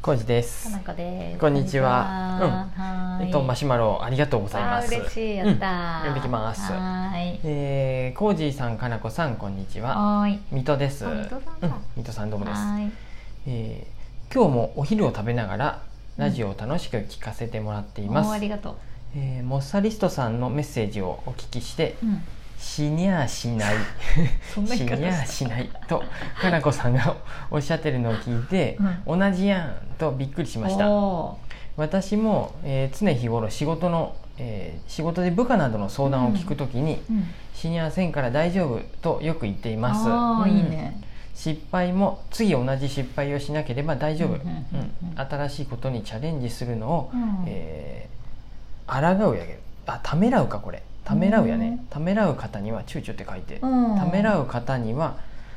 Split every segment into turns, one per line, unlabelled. コウジで
か
す
な。こです。
こんにちは
はーい
えっとマシュマロありがとうございます。
あー嬉しい、や
う
ったー。
ん、読んできます。
はーい。
えー、コウジさん、かなこさん、こんにちは。
はーい。
水戸です。
あ水戸さん
う
だ
ん、水戸さんどうもです。
はーい。
えー今日もお昼を食べながらラジオを楽しく聞かせてもらっていま
おーあ
す。
りがとう。
えーモッサリストさんのメッセージをお聞きして
うん。
死にゃあしない
そんな
死
言い方
にゃあしないとかなこさんがおっしゃってるのを聞いて、同じやんとびっくりしました
お
私も、えー常日頃仕事の、えー仕事で部下などの相談を聞くときに、
ーうん。
死にゃあせんから大丈夫とよく言っています
あー
うん
いいね。
失敗も次同じ失敗をしなければ大丈夫、
うんうんうんうん
うん新しいことにチャレンジするのを、
うん
えー抗うやけあためらうかこれためらうやね
うん
ためらう方には躊躇って書いて、
うん
ためらう方には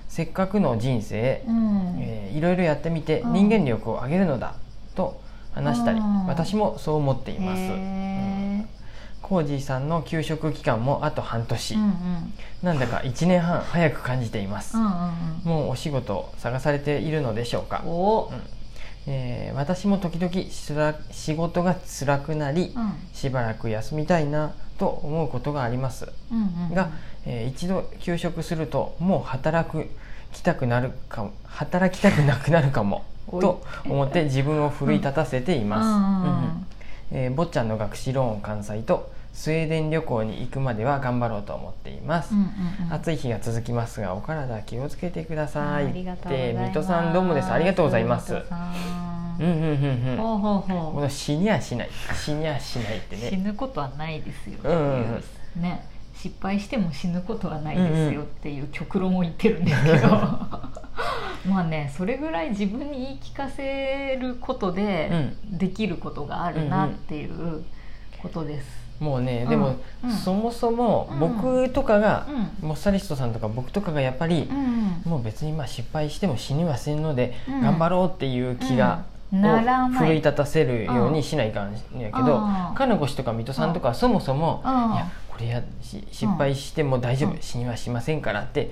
せっかくの人生
う、ん。
えーいろいろやってみて
うん
人間力を上げるのだと話したり、
うん
私もそう思っています、うん
へ
コージーさんの休職期間もあと半年、
ーうんうん。
なんだか1年半早く感じています、
うんうん
もうお仕事探されているのでしょうか
うん。、おー
うんえー私も時々しら仕事が辛くなり
うん
しばらく休みたいなと思うことがあります
うんうん。
が、えー一度休職するともう働くきたくなるかも働きたくなくなるかも
おい
と思って自分を奮い立たせています、うんうん
う
えー坊ちゃんの学士ローン完済とスウェーデン旅行に行くまでは頑張ろうと思っています、
んうんうんうん。
暑い日が続きますがお体気をつけてください
ありがとうござ
で
います。
水戸さんどうもですありがとうございます
水戸さ
うん
ん。
うんうんうん
ほうほう
こ
ほう。
の死にゃしない死にゃしないって
死
ね
ぬことはないですよ。
うんうん
ね。失敗しても死ぬことはないですよっていう極論を言ってるんですけ どまあねそれぐらい自分に言い聞かせることでできることがあるなっていうことです。
もうね
うん
でも、
うん
そもそも
うん
僕とかが
う、
モッサリストさんとか僕とかがやっぱり
ん、うん
もう別にまあ失敗しても死にはせんので、
うん
頑張ろうっていう気が、
うんなら
を
ない
奮い立たせるようにしないかんやけど、
うん
かのこしとか水戸さんとかはそもそも、
うん
いやこれやし失敗しても大丈夫、
うん
死にはしませんからって、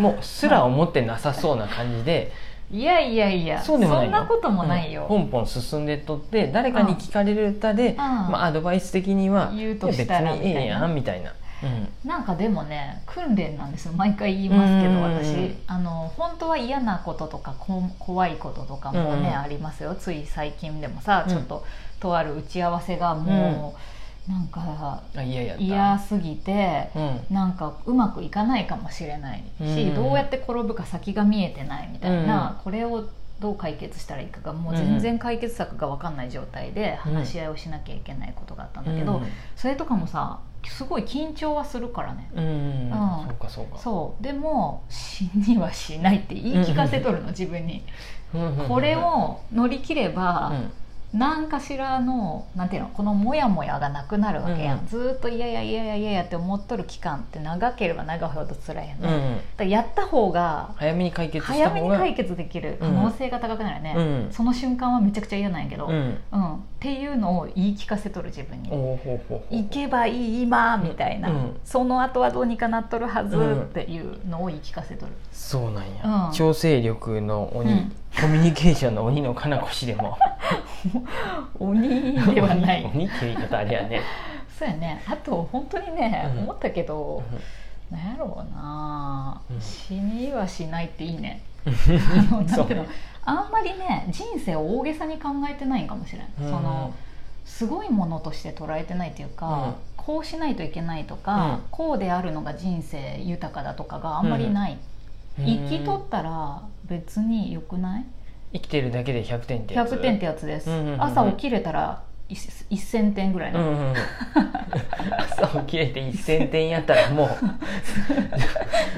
もうすら思ってなさそうな感じで、
いやいやいや
そうでもないよ
んなこともないよ。
うんポンポン進んでっとって誰かに聞かれる歌で、まあ、アドバイス的には
言うとしたら
いや別にええやんみたいな。うん
なんかでもね訓練なんですよ毎回言いますけ
う
ど
んうんうん
私あの本当は嫌なこととかこ怖いこととかも
うんうん
ね、ありますよつい最近でもさ、
うん
ちょっととある打ち合わせがもう、なんか
あいややった
嫌すぎて、
うん
なんかうまくいかないかもしれないし、
うんうん
どうやって転ぶか先が見えてないみたいな、
うん
これをどう解決したらいいかがもう全然解決策が分かんない状態で話し合いをしなきゃいけないことがあったんだけど、それとかもさすごい緊張はするからね。
うん、うん
うん
そうかそうか
そうでも死にはしないって言い聞かせとるの自分にこれを乗り切れば何かしらのなんていうのこのモヤモヤがなくなるわけや
うん
んずーっと「いやいやいやいやいやいや」って思っとる期間って長ければ長いほど辛いやん
う
ね
んう
だ
ん
からやった方が
早めに解決した
早め
方
に
が
解決できる可能性が高くなる
う
ね
ん
その瞬間はめちゃくちゃ嫌なんやけど
う
うん
ん
っていうのを言い聞かせとる自分に
おおほうほうほう
行けばいい今みたいな、
うん
その後はどうにかなっとるはずっていうのを言い聞かせとる、
そうなんや、
うん
調整力の鬼、
うん
コミュニケーションの鬼のかなこしでも
鬼ではない
鬼っていう言い方あれやね、
そうやねあと本当にね、
うん
思ったけど
うん
なんやろうな、
うん
死にはしないっていいねあのなんていうの
そう
あんまりね人生を大げさに考えてないんかもしれない、
うん
そのすごいものとして捉えてないというか、こうしないといけないとか、
うん
こうであるのが人生豊かだとかがあんまりない生きと
うん
ったら別に良くない
生きてるだけで100点ってやつ
?100 点ってやつです、
うんうんうん
朝起きれたらい1000点ぐら
う
い
ん
の、
うんうん 朝起きれて1000点やったらもう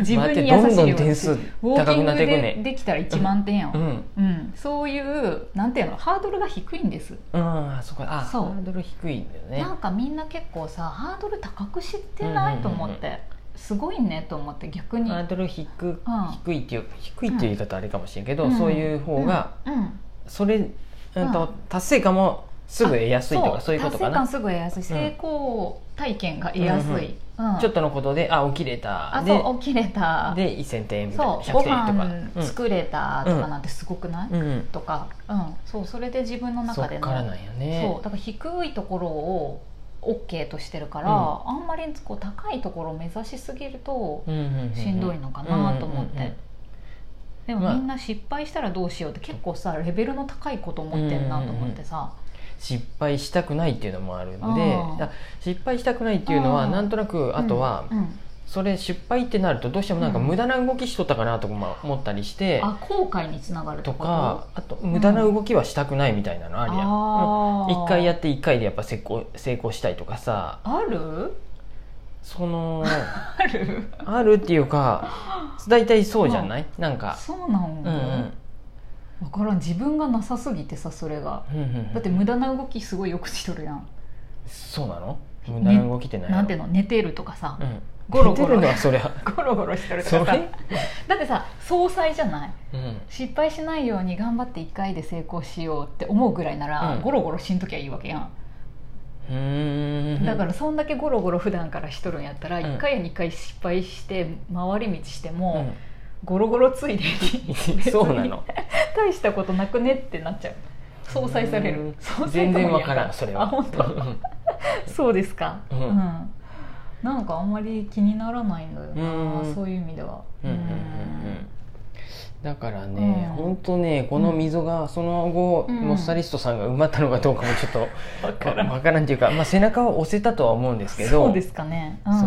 自分に優
待って
しい
どん
よ
どん点数
ウォー
高
キ
く
ング
なって
で
いくね
できたら1万点やん、
う
うん
ん
そういうなんていうのハードルが低いんです、
うんあそこあハ
そう
ードル低いんだよね
なんかみんな結構さハードル高く知ってない、
うんうん
と
うんうん
思ってすごいねと思って逆に、
ハードル低く、
うん
低いっていう低いっていう言い方あれかもしれんけど、
うん
そういう方が
うん
それ、うんと
うん
達成感もすぐ得やすいとかそういうこと
達
か
成
な
感すぐ得やすい成功体験が得やすい、うん
ちょっとのことであ起きれた
あ
で
そう起きれた
で1000点みたいな
そう
100
ご
点
飯
とか
作れたとかなんてすごくない、
うんうん
とか、うん、そうそれで自分の
そ
中で
っ
の
からなんやね
そうだから低いところを OK としてるから、
うん
あんまりこう高いところを目指しすぎると
うんうんうんうん
しんどいのかなと思って、でも
まあ
みんな失敗したらどうしようって結構さレベルの高いこと思ってんなと思ってさ、
失敗したくないっていうのもあるんで
あー
あ失敗したくないっていうの
あ
は
ー
なんとなくあとは
うんうん
それ失敗ってなるとどうしてもなんか
うん
無駄な動きしとったかなとかも思ったりして
あ後悔につながるって
と
こと
かあと無駄な動きはしたくないみたいなのあるやん
あー
一回やって一回でやっぱ成功成功したいとかさ
ある
そ の
ある
あるっていうか大体そうじゃないなんか
そうなん
うんう
だ、
ん
分からん自分がなさすぎてさそれが
うんうん
だって無駄な動きすごいよくしとるやん、
そうなの無駄な動きってない
なんていうの寝てるとかさ、
うん
ゴロゴ
出
ロ
てるのはそりゃ
ゴロゴロしとると
そ
かさ
れ
だってさ総裁じゃない
うん
失敗しないように頑張って1回で成功しようって思うぐらいなら、
うん
ゴロゴロしんときゃいいわけやん、
うーん
だからそんだけゴロゴロ普段からしとるんやったら
うん
1回や2回失敗して回り道して
う
も、
ん
ゴロゴロついでに
そうな の
大したことなくねってなっちゃう総裁され
う
る
ん
総裁
全
とも
然
言え
わからんそれは
あ本当そうですか。
うん
なんかあんまり気にならないんだよな、
うん
そういう意味では。
うんうんうんうん
うん
だからね、
うん
本当ねこの溝がその後、
うん
モッサリストさんが埋まったのかどうかもちょっと
わ
分
からん
からんっていうか、まあ、背中は押せたとは思うんですけど
そうですかね。うん。
そう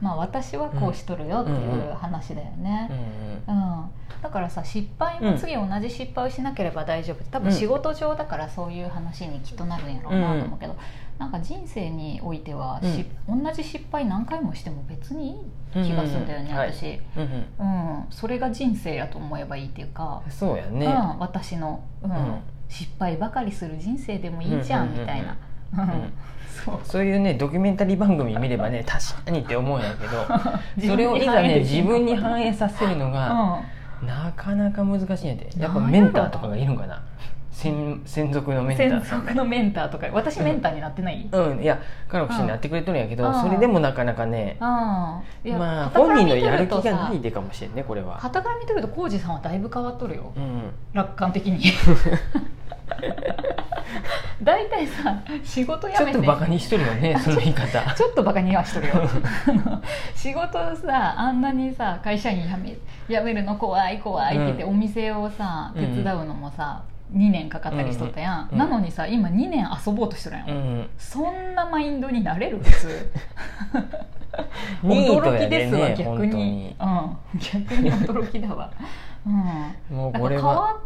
まあ私はこうしとるよっていう話だよ
うん
ね。
うん
うん。だからさ失敗も次同じ失敗をしなければ大丈夫多分仕事上だからそういう話にきっとなるんやろうなと思うけど、なんか人生においては、し同じ失敗何回もしても別にいい気がするんだよね、
うんうんはい
私、
うんうん
うん、それが人生やと思えばいいっていうか、
そうやね、
うん、私の、うん
うん
失敗ばかりする人生でもいいじゃ
うん
ん
うんうんうん
みたいな、
ん
そう
そういうねドキュメンタリー番組見ればね確かにって思うんやけど
自
それ
分
を
に
いざ
反映
ね
でき
自
んの
分に反映させるの
う
が、
ん
なかなか難しいんやてやっぱメンターとかがいるんかな専専属のメンタ
専
ーさん
属のメンターとか私メンターになってない、うん
うんいや彼女になってくれとるんやけど
うん
それでもなかなかね
いや
まあ本人の
傍から見て
やる
る
気
と
が
さ
ないでかもしれんねこれは
傍から見てると浩二さんはだいぶ変わっとるよ
うん
楽観的に大体さ仕事辞
ちょ
め
ってとバカにしとるよねその言い 方
ちょっとバカにはしとるよ仕事をさあんなにさ会社員辞め辞めるの怖い怖いって言って、
う
お店をさ手伝うのもさ、2年かかったりしとったやん、
うんうん
なのにさ今2年遊ぼうとしとるやん、
うん
そんなマインドになれる普通
ニート
驚
やで
きですわ、
ね
逆
本当
に
に
うん、逆に驚きだわ、うん、
もう
なん
こ
か
れ
変
は
わ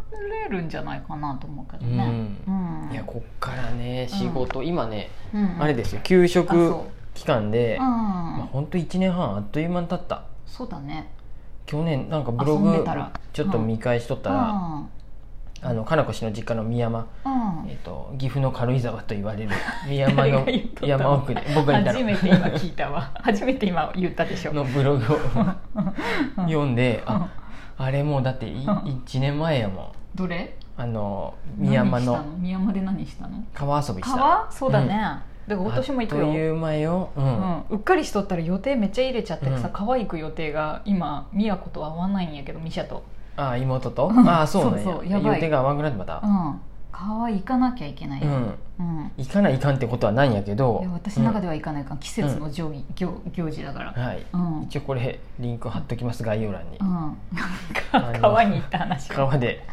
れるんじゃないかなと思うけどね、うん
いやこっからね仕事今ね
うん
あれですよ休
あそう
職期間で
うん、
まあ本当1年半あっという間に経った
そうだね
去年なんかブログ
遊んでたら
ちょっと見返しとったら、
うん
あのかなこ氏の実家の宮山、
うん
えっと岐阜の軽井沢と言われる宮山の
誰が言っとったの
山奥で僕がいた
初めて今聞いたわ初めて今言ったでしょ
のブロ グを読んで
うん
ああれもうだってい1年前やもん
どれ
あの宮山
何した
の
宮山で何したの
川遊びした
川そうだね、だから今年も行く
あっとい
よ
う前よ、う
うんん、うっかりしとったら予定めっちゃ入れちゃってさ、
うん
川行く予定が今宮子と合わないんやけどミシャと、
ああ妹と
うん
ああそうなんや
そうそうやばい
予定が合わんくなってま
う
た、
ん、川行かなきゃいけない、
う
うんん
行かないかんってことはないんやけど
いや私の中では行かないから、季節の行事行行事だから
うん、はい
うん、うん
一応これリンク貼っときます概要欄に、
か川に行った話
川で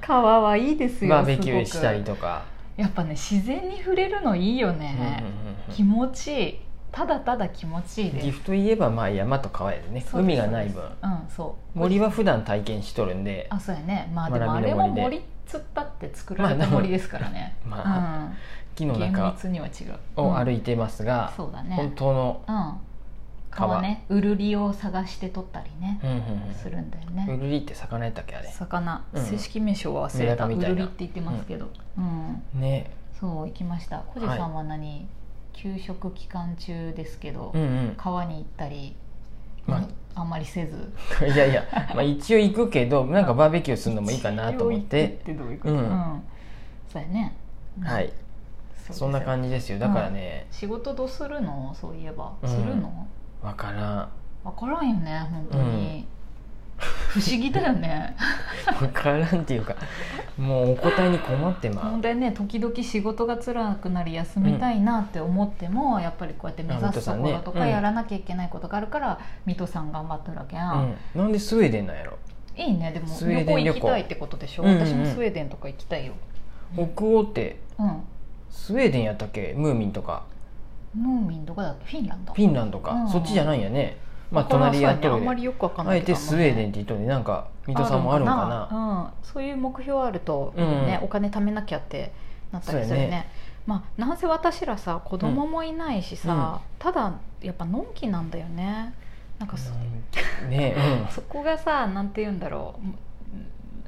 川はいいですよ
バーベキュー
すご
し
く
たりとか、
やっぱね自然に触れるのいいよ
うんうんうん
ね、
うん
気持ちいいただただ気持ちいいです
岐阜といえばまあ山と川やでね
そうです
海がない分
うんそう
森は普段体験しとるんで
あそうやねまあでもあ
学び
れ
の
も
森で
森っつったって作ら
ま
れ
あ
た
でも
森ですからね、
ま木
う
の
ん、厳
中
密には違う
を歩
いて、
いてます
うん
が、
そうだね
本当の、
うん
川
川ねうるりを探して取ったりね
う、んうん
するんだよ
うん、う
ね
るりって魚やったっけあれ
魚、
うん
正式名称は忘れた
メ
う
ダカみたい
る
な
りって言ってますけど、うん、
ね
そう行きました小路さんは何、給食期間中ですけど、
うんうん
川に行ったり、
ま
あんまりせず
あ いやいや、まあ、一応行くけどなんかバーベキューするのもいいかなと思っ
一応行
て
くってどういうこと
うん
そうやね
はい
です
そんな感じですよだからね、
仕事どうするのそういえば、
うん
するの
わからん
分からんよね本当に、不思議だよね
わからんっていうかもうお答えに困ってま
問
う
題ね時々仕事が辛くなり休みたいなって思っても、やっぱりこうやって
あ
目
水
指
戸
す
さ
と
ん
こ
ね
ろと
う
か
ん
やらなきゃいけないことがあるから、水戸さん頑張ってるわけやん、
うん、なんでスウェーデンなんやろ
いいねでも
スウェー
旅
デン旅行
行行きたいってことでしょ、
うんうんうん
私もスウェーデンとか行きたいよ、
北欧って
うん、
スウェーデンやったっけムーミンとか
ムーミンどこだっけフィンランド
フィンランドか、
うん
そっちじゃないんやねまあ
ここは
隣やっ
そ
と
うやね
る
あんまりよくわかんな
あ
い
えてスウェーデンって言っとるねなんか水戸さんもあるんかな
うん、そういう目標あると、
うんうん
ねお金貯めなきゃってなったりす
そう
る
や
ね
ね
まあなんせ私らさ子供もいないしさ、ただやっぱのんきなんだよねなんかそ,、
うんね
そこがさなんて言うんだろううん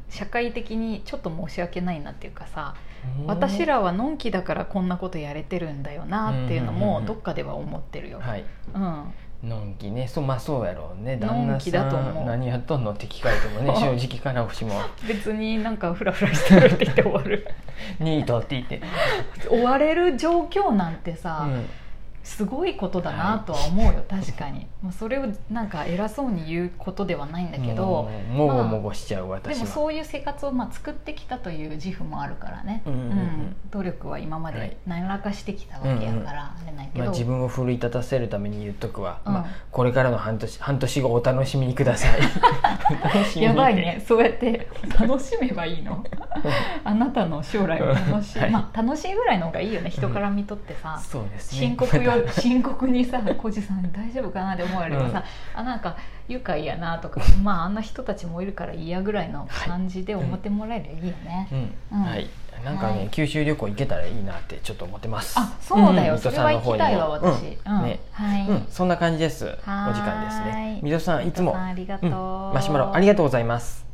社会的にちょっと申し訳ないなっていうかさ、
うん
私らはのんきだからこんなことやれてるんだよなっていうの
うんうんうん
も
うん
どっかでは思ってるよ、
はい
うん、
のんきねそうまあそうやろうね
の
旦
ん
那
きだと
さ
思うん
何やっとんのって聞かれても ね正直かなしも
別になんかフラフラしてるって言って終わ る
ニートって言って、
追われる状況なんて
う
さ、
ん、
すごいことだなとは思うよ、確かに まあそれをなんか偉そうに言うことではないんだけど、
もうもごもごしちゃう
で
私は、
もそういう生活をまあ作ってきたという自負もあるからね、
うんうんうん
努力は今ま
はい
で何らかしてきたわけやから、あれないけど、
まあ、自分を奮い立たせるために言っとくわ、
うん
まあ、これからの半年半年後お楽しみにくだ さいお楽しみに
やばいねそうやって 楽しめばい いのあなたの将来を楽しい、
はい
まあ楽しいぐらいの方がいいよね人から見とってさ、
そうですね
深刻よ 深刻にさ小路さん大丈夫かなって思われてもさ、あなんか愉快やな とかまああんな人たちもいるから嫌ぐらいの感じで思ってもらえるばいいよね、
うん
うん
はいなんかね、
はい
九州旅行行けたらいいなってちょっと思ってます
あそうだよ、
ん
それは行きたいわ
水戸さんの方
私、
に
う
も
ん
うんね
はい、
うん、そんな感じですお時
はーい
間ですね水戸さんいつ
水戸
も
さんありがとう、
うんマシュマロありがとうございます